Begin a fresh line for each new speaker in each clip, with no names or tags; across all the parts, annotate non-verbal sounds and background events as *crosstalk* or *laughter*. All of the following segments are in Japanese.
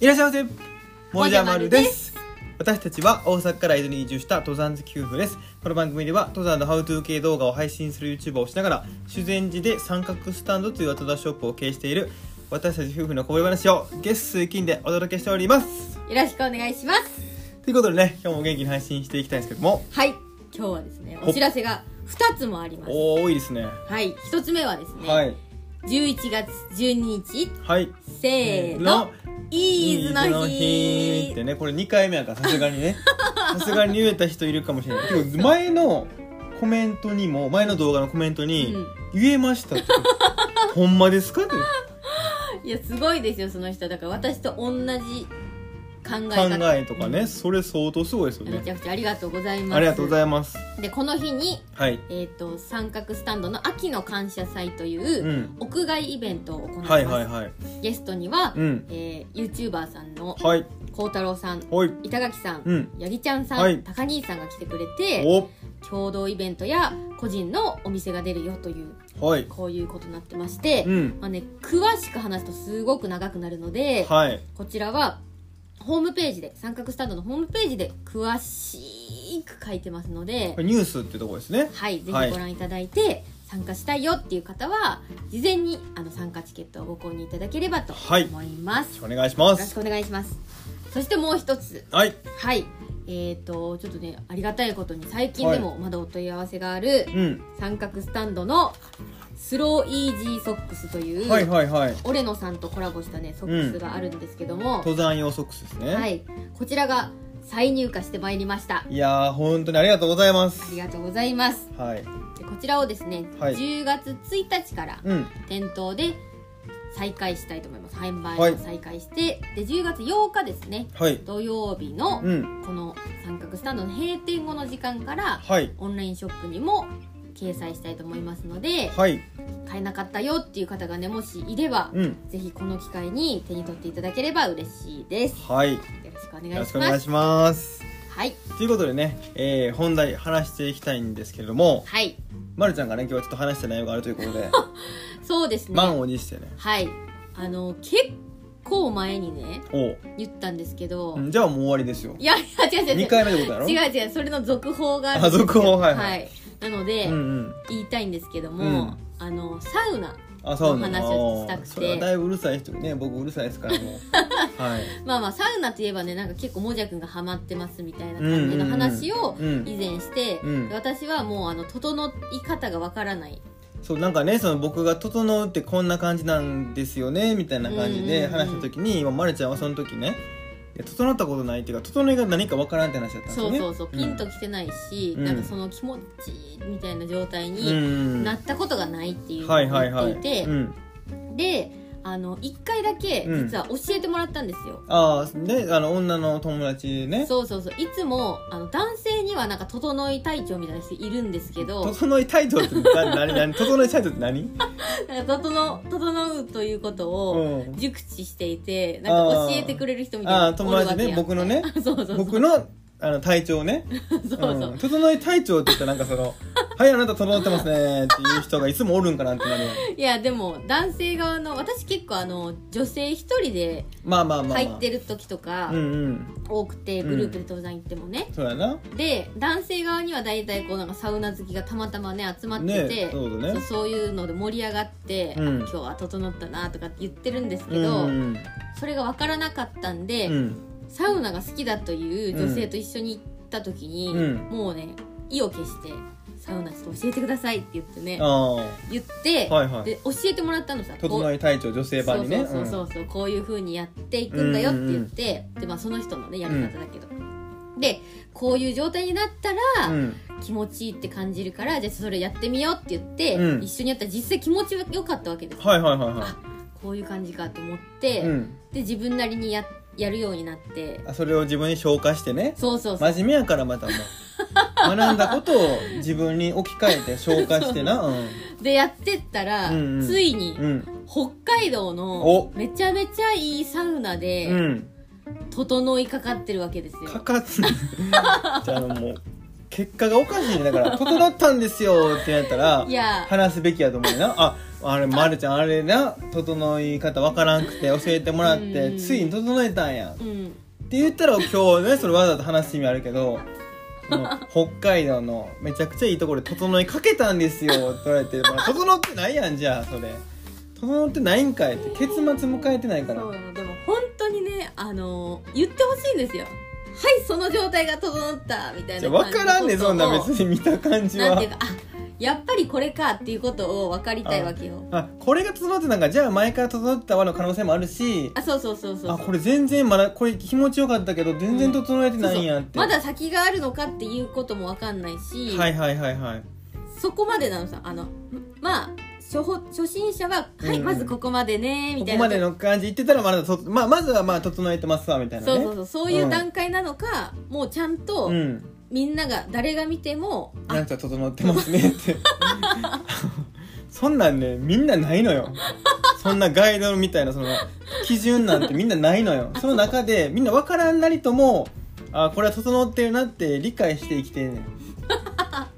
いらっしゃいませもじゃまるです私たちは大阪から江戸に移住した登山好き夫婦ですこの番組では登山のハウトゥー系動画を配信する YouTuber をしながら修善寺で三角スタンドというアウトドアショップを経営している私たち夫婦のこぼれ話を月水金でお届けしております
よろしくお願いします
ということでね今日も元気に配信していきたいんですけども
はい今日はですね
ほっ
お知らせが2つもあります
おー多いですね
はい1つ目はですね、
はい
11月12日
はい
せーのイーズの
イーズの日
日
ってねこれ2回目やからさすがに
*laughs*
ねさすがに言えた人いるかもしれないけど前のコメントにも前の動画のコメントに
うん
「言えました」っ
*laughs*
て「ほんまですか?」って
いやすごいですよその人だから私と同じ考え
考
方
えとかねそれ相当すごいですよ
めち
ね
ゃくちゃありがとうございます
ありがとうございます
でこの日に
はい
えー、と三角スタンドの秋の感謝祭というう、
ん
屋外イベントを行います、
はいはいはい
ゲストには、
うん
えー、YouTuber さんの
はい
孝太郎さん
おい
板垣さん、
うん
八木ちゃんさん、
はい
高兄さんが来てくれて
お
共同イベントや個人のお店が出るよという
はい
こういうことになってまして、
うん
まあね、詳しく話すとすごく長くなるので、
はい
こちらはホームページで三角スタンドのホームページで詳しく書いてますので
これニュースってとこですね
はい、ぜひご
はい
覧いただいて、参加したいよっていう方は事前にあの参加チケットをご購入いただければと
はい
思います、
お願いしま
よろし
す
くお願いしますそしてもう一つ
はい
はいえー、とちょっとねありがたいことに最近でもまだお問い合わせがある
うん
三角スタンドのスローイージーソックスという、
はいはいはい
オレノさんとコラボしたねソックスがあるんですけども、
登山用ソックスですね
はいこちらが再入荷してまいりました
いやー本当にありがとうございま
あ
す
りがとうございます
はい
でこちらをですね、
はい
10月1日から
うん
店頭で再開したいと思います販
は
売
い
を再開して、で10月8日ですね
はい
土曜日の
うん
この三角スタンドの閉店後の時間から
はい
オンラインショップにも掲載したいと思いますので
はい
買えなかったよっていう方がねもしいれば、
うん
ぜひこの機会に手に取っていただければ嬉しいですよ
はいよ
ろしくお願
ろ
い
し
し
くお願
ま
い
す
します
はい
ということでね、えー、本題話していきたいんですけれども、
はい
ま、るちゃんがね今日はちょっと話した内容があるという
*laughs*
ことで
そうですね
満を持してね
はいあの結構前にね
おう、
言ったんですけど、
うんじゃあもう終わりですよ
いやいや違う違う違
2
う
回目ってことだろ
違う違うそれの続報があるんですよ
あ続報はいはい
なので、
うんうん
言いたいんですけども、
うん
あのサウナ
あそうな
お話をしたくて
それはだいぶうるさい人ね僕うるさいですからも
*laughs*
うはい
まあまあサウナといえばねなんか結構もじゃくんがハマってますみたいな感じの話を
うん
以前して、
うん
私はもうあの整い方がわからない
そうなんかねその僕が「整うってこんな感じなんですよね」みたいな感じで
うんうんう
話
ん
した時に、まあまるちゃんはその時ねいや整ったことないっていうか整いが何かわからんって話だったんです
そ
よ
う
ね
そうそう、ピンときてないし、
うん
なんかその気持ちいいみたいな状態
うん
に
うん
なったことがないっていうのを
はい
言
はいはい、
っていて、
うん、
であの1回だけ
うん
実は教えてもらったんですよ、
ああねあの女の友達ね
そうそうそういつもあの男性にはなんか整い隊長みたいな人いるんですけど
整いタイトルってな何何整いタイトルって何
なんか整整うということ
う
を
ん
熟知していてなんか教えてくれる人みたいな
あー友達ね
おるわけやん
僕のね
そうそうそう
僕のあの体調ね
そうそう、
ん、整い体調って言ったらなんかその *laughs* 「はいあなた整ってますね」っていう人がいつもおるんかなってなるやん
いやでも男性側の私結構あの女性一人で
まあまあまあ、まあ、
入ってる時とか
うんうん
多くてグループで登山行ってもね、
そうやな
で男性側には大体こうなんかサウナ好きがたまたまね集まってて、
ねそうだね
そうそういうので盛り上がって、
うん
今日は整ったなとかって言ってるんですけ
う
ど、
ん
それが分からなかったんで、
うん
サウナが好きだという女性と一緒に行った時に、
うん
もうね意を決して「サウナちょっと教えてください」って言ってね
ああ
言って、
はいはい
で教えてもらったのさ
整
え
い体調女性版にね
そうそうそうそう、こういう風にやっていくんだよって言って、でまあ、その人のねやり方だけど、でこういう状態になった
う
ら、
ん
気持ちいいって感じるからじゃあそれやってみようって言って、
うん
一緒にやったら実際気持ちよかったわけです
はいはいはいは
あこういう感じかと思っ
い、
て、
うん、
で自分なりにややるようになって
あそれを自分に消化してね
そうそうそう
真面目やからまたもう学んだことを自分に置き換えて消化してなうん、
でやってったら、
うんうん
ついに
うん
北海道
お
のめちゃめちゃいいサウナ
う
で
ん、
整いかかってるわけですよ、
かかつじゃああのもう結果がおかしいねだから「整ったんですよ」ってやったら
いや
話すべきやと思うよなああれ、ま、るちゃんあれな整い方わからんくて教えてもらっ
う
て
ん
ついに整えたんやんっ
うん
て言ったら今日ねそれわざと話す意味あるけ
*laughs*
どその北海道のめちゃくちゃいいところで整いかけたんですよって言われて、まあ整ってないやんじゃあそれ整ってないんかいって結末迎えてないから
そうなのでも本当にねあの言ってほしいんですよはいその状態が整ったみたい
じ
な
ゃあ分からんね
感じのこと
そ
を
んな別に見た感じ
なん
は
ていうかあやっぱりこれかっていうことを分かりたいわけよ
あこれが整ってなんかじゃあ前から整ってたわの可能性もあるし
あそうそうそうそう
あこれ全然まだこれ気持ちよかったけど全然整えてないんやって、
まだ先があるのかっていうことも分かんないし、
はいはいはいはい
そこまでなのさあのまあ初歩初心者は「はい、
うん
まずここまでね」み
こ
た
こ
いな
までの感じ言ってたらまだと、まあ、まずはまあ整えてますわみたいなね
そうそうそうそういううん段階なのか、もうちゃんと、
うん
みんなが誰が見ても「
な
あ
んか整ってますねって *laughs* そんなんねみんなないのよそんなガイドみたいなその基準なんてみんなないのよその中でみんな分からんなりともあこれは整ってるなって理解して生きてんね
*laughs*
ん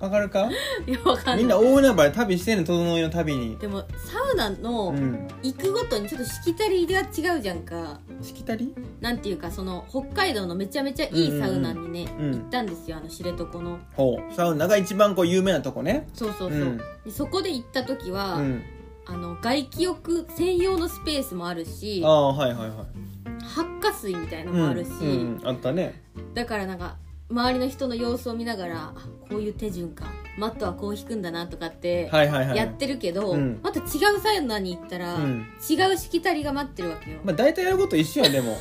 わかるか
いやわかんない」
みんな大海原旅してんの整いの旅に
でもサウナ
う
の
ん
行くごとにちょっとしきたりが違うじゃんか
しきたり
なんていうかその北海道のめちゃめちゃいいサウナにね、
うんうんうんうん
行ったんですよあの知床の
ほうサウナが一番こう有名なとこね
そうそうそう、
うん
でそこで行った時
う
は、
ん
あの外気浴専用のスペースもあるし
ああはいはいはい
発火水みたいな
う
の
ん
もあるし、
うんあったね
だからなんか周りの人の様子を見ながらあこういう手順かマットはこう引くんだなとかって
はいはいはい
やってるけど、
うん
また違うサウナに行ったら、
うん
違うしきたりが待ってるわけよ、
まあ大体やること一緒やで
*laughs*
も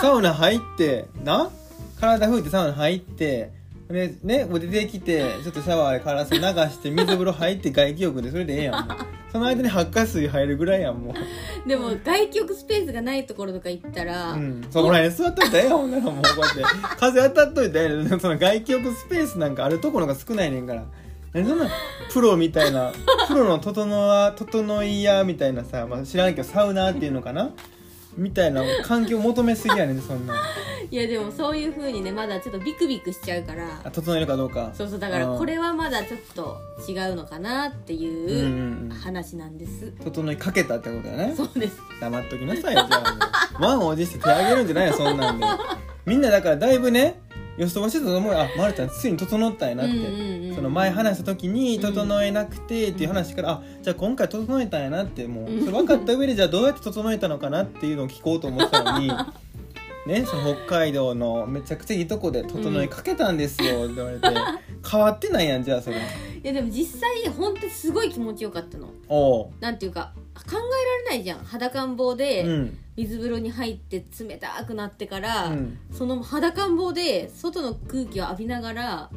サウナ入ってな体拭いてサウナ入ってでねもう出てきてちょっとシャワーで体汗流して水風呂入って外気浴でそれでええ
*laughs*
やんもうその間に発火水入るぐらいやんもう、
でも外気浴スペースがないところとか行ったら、
うん、そこら辺座っといたらええやんほんならもうこうやって
*laughs*
風当たっといたらええやんその外気浴スペースなんかあるところが少ないねんから何そんなプロみたいなプロの整わ整いやみたいなさ、まあ、知らんけどサウナーっていうのかなみたいな環境求めすぎやねんそんなん。
いやでもそういう風にねまだちょっとビクビクしちゃうから
あ整えるかどうか
そうそうだから
うん
これはまだちょっと違うのかなって
うんうん
いう
うん
話なんです、
整いかけたってことだね
そうです
黙っときなさいよじゃあもう満を持して手あげるんじゃないよそんなんでみんなだからだいぶね予想してたと思うよあまるちゃんついに整ったんやなって、
うんうんうん
その前話した時に整えなくてっていう話から、あじゃあ今回整えたんやなってもう
うん
それ分かった上でじゃあどうやって整えたのかなっていうのを聞こうと思ってたの
*laughs*
にねその北海道のめちゃくちゃいいとこで整えかけたんですよって言
*laughs*
われて、変わってないやんじゃあそれ
いやでも実際本当にすごい気持ちよかったの
おう
なんていうか考えられないじゃん裸ん坊で
ん
水風呂に入って冷たくなってから、
うん
その裸ん坊で外の空気を浴びながら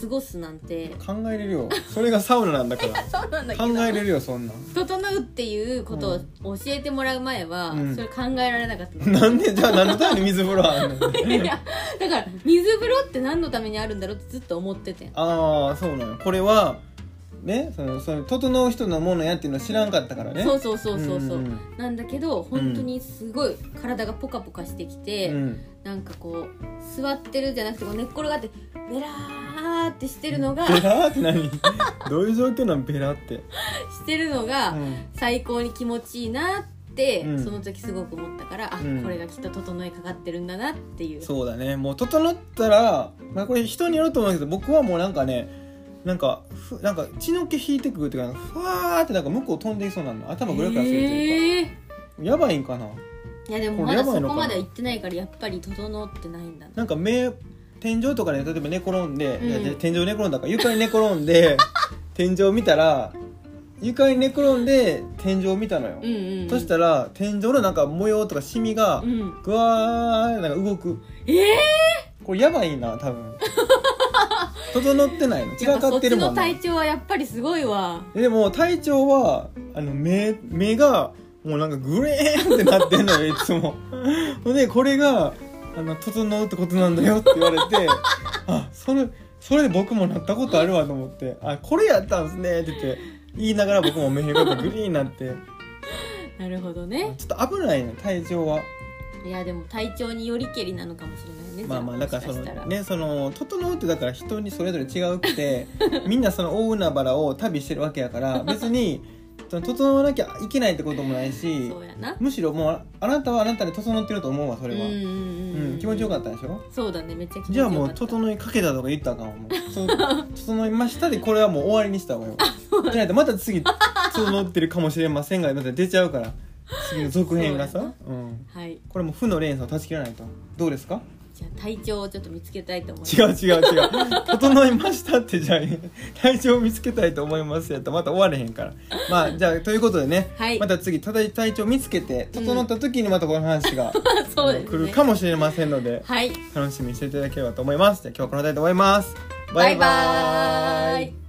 過ごすなんて
考えれるよそれがサウナなんだから
そうなんだ
考えれるよそんなん
整うっていうことを教えてもらう前は、
うん
それ考えられなかったの、
なんでじゃあ何のために水風呂あん
*laughs*
の
いやだから水風呂って何のためにあるんだろうってずっと思ってて
ああそうなのこれはねそのその整う人のものやっていうの知らんかったからね
そうそうそうそうそう、
うんうん
なんだけど本当にすごい体がポカポカしてきて、
うん
なんかこう座ってるじゃなくてこう寝っ転がってベラーって *laughs* してるのが、
ベラーって何 *laughs* どういう状況なんベラって、
してるの
う
が、
ん
最高に気持ちいいなって、
うん
その時すごく思ったからあ、
うん
これがきっと整いかかってるんだなっていう
そうだねもう整ったら、まあ、これ人によると思うけど僕はもうなんかねなんかふなんか血の気引いてくるっていうかふわーってなんか向こう飛んでいそうなの頭ぐらからするというか、
え
やばいんかない
やでも
こ
ま
れや
だそ
ばいのかな
こまでは行ってないからやっぱり整ってないんだな
なんか目天井とかね例えば寝転んで、
うん
いやで天井寝転んだから床に寝転ん
*laughs*
で天井見たら床に寝転んで天井見たのよ、
うんうん、うん、
そしたら天井のなんか模様とかシミが
うん
ぐわーなんか動く
ええ
これやばいな多
*laughs*
分整ってないの
ー、
散
や
ら
っぱ
か
そ
っ
ってち
るも
の
んな
体調はやっぱりすごいわ
でも体調はあの目目がもうなんかグレーンってなってんの
*laughs*
よいつもほんでこれがあの整うってことなんだよって言われ
*laughs*
てあそれそれで僕もなったことあるわと思ってあこれやったんすねって言って言いながら僕も目がグリーンになって
なるほどね
ちょっと危ないね体調は
いやでも体調によりけりなのかもしれないね
まあまあだからそ
も
の
ししたら
ねその「整う」ってだから人にそれぞれ違うくて *laughs* みんなその大海原を旅してるわけや
*laughs*
から別にその整わなきゃいけないってこともないし
そうやな
むしろもうあなたはあなたで整ってると思うわそれは、
うん
う
うんんうん、
気持ちよか
っ
ったでしょ
たそうだねめっちゃ気持ち
じゃ
よか
あ
った
もう「整いかけた」とか言ったらあかんわもうそう「整いました」でこれはもう終わりにした方が
*laughs*
よじゃないとまた次「整ってるかもしれませんが」また出ちゃうから次の続編が
*laughs* そう
さ
や、
うん、
はい
これも負の連鎖を断ち切らないとどうですか
じゃあ体調をちょっと見つけたいと思います
違う違う違う「整いました」ってじゃあ体調を見つけたいと思いますやったらまた終われへんからまあじゃあということでね、
はい
また次ただ体調を見つけて整った時にまたこの話が、
そうですね
来るかもしれませんので
はい
楽しみにしていただければと思いますじゃあ今日はこの辺りで終わります
バイバーイ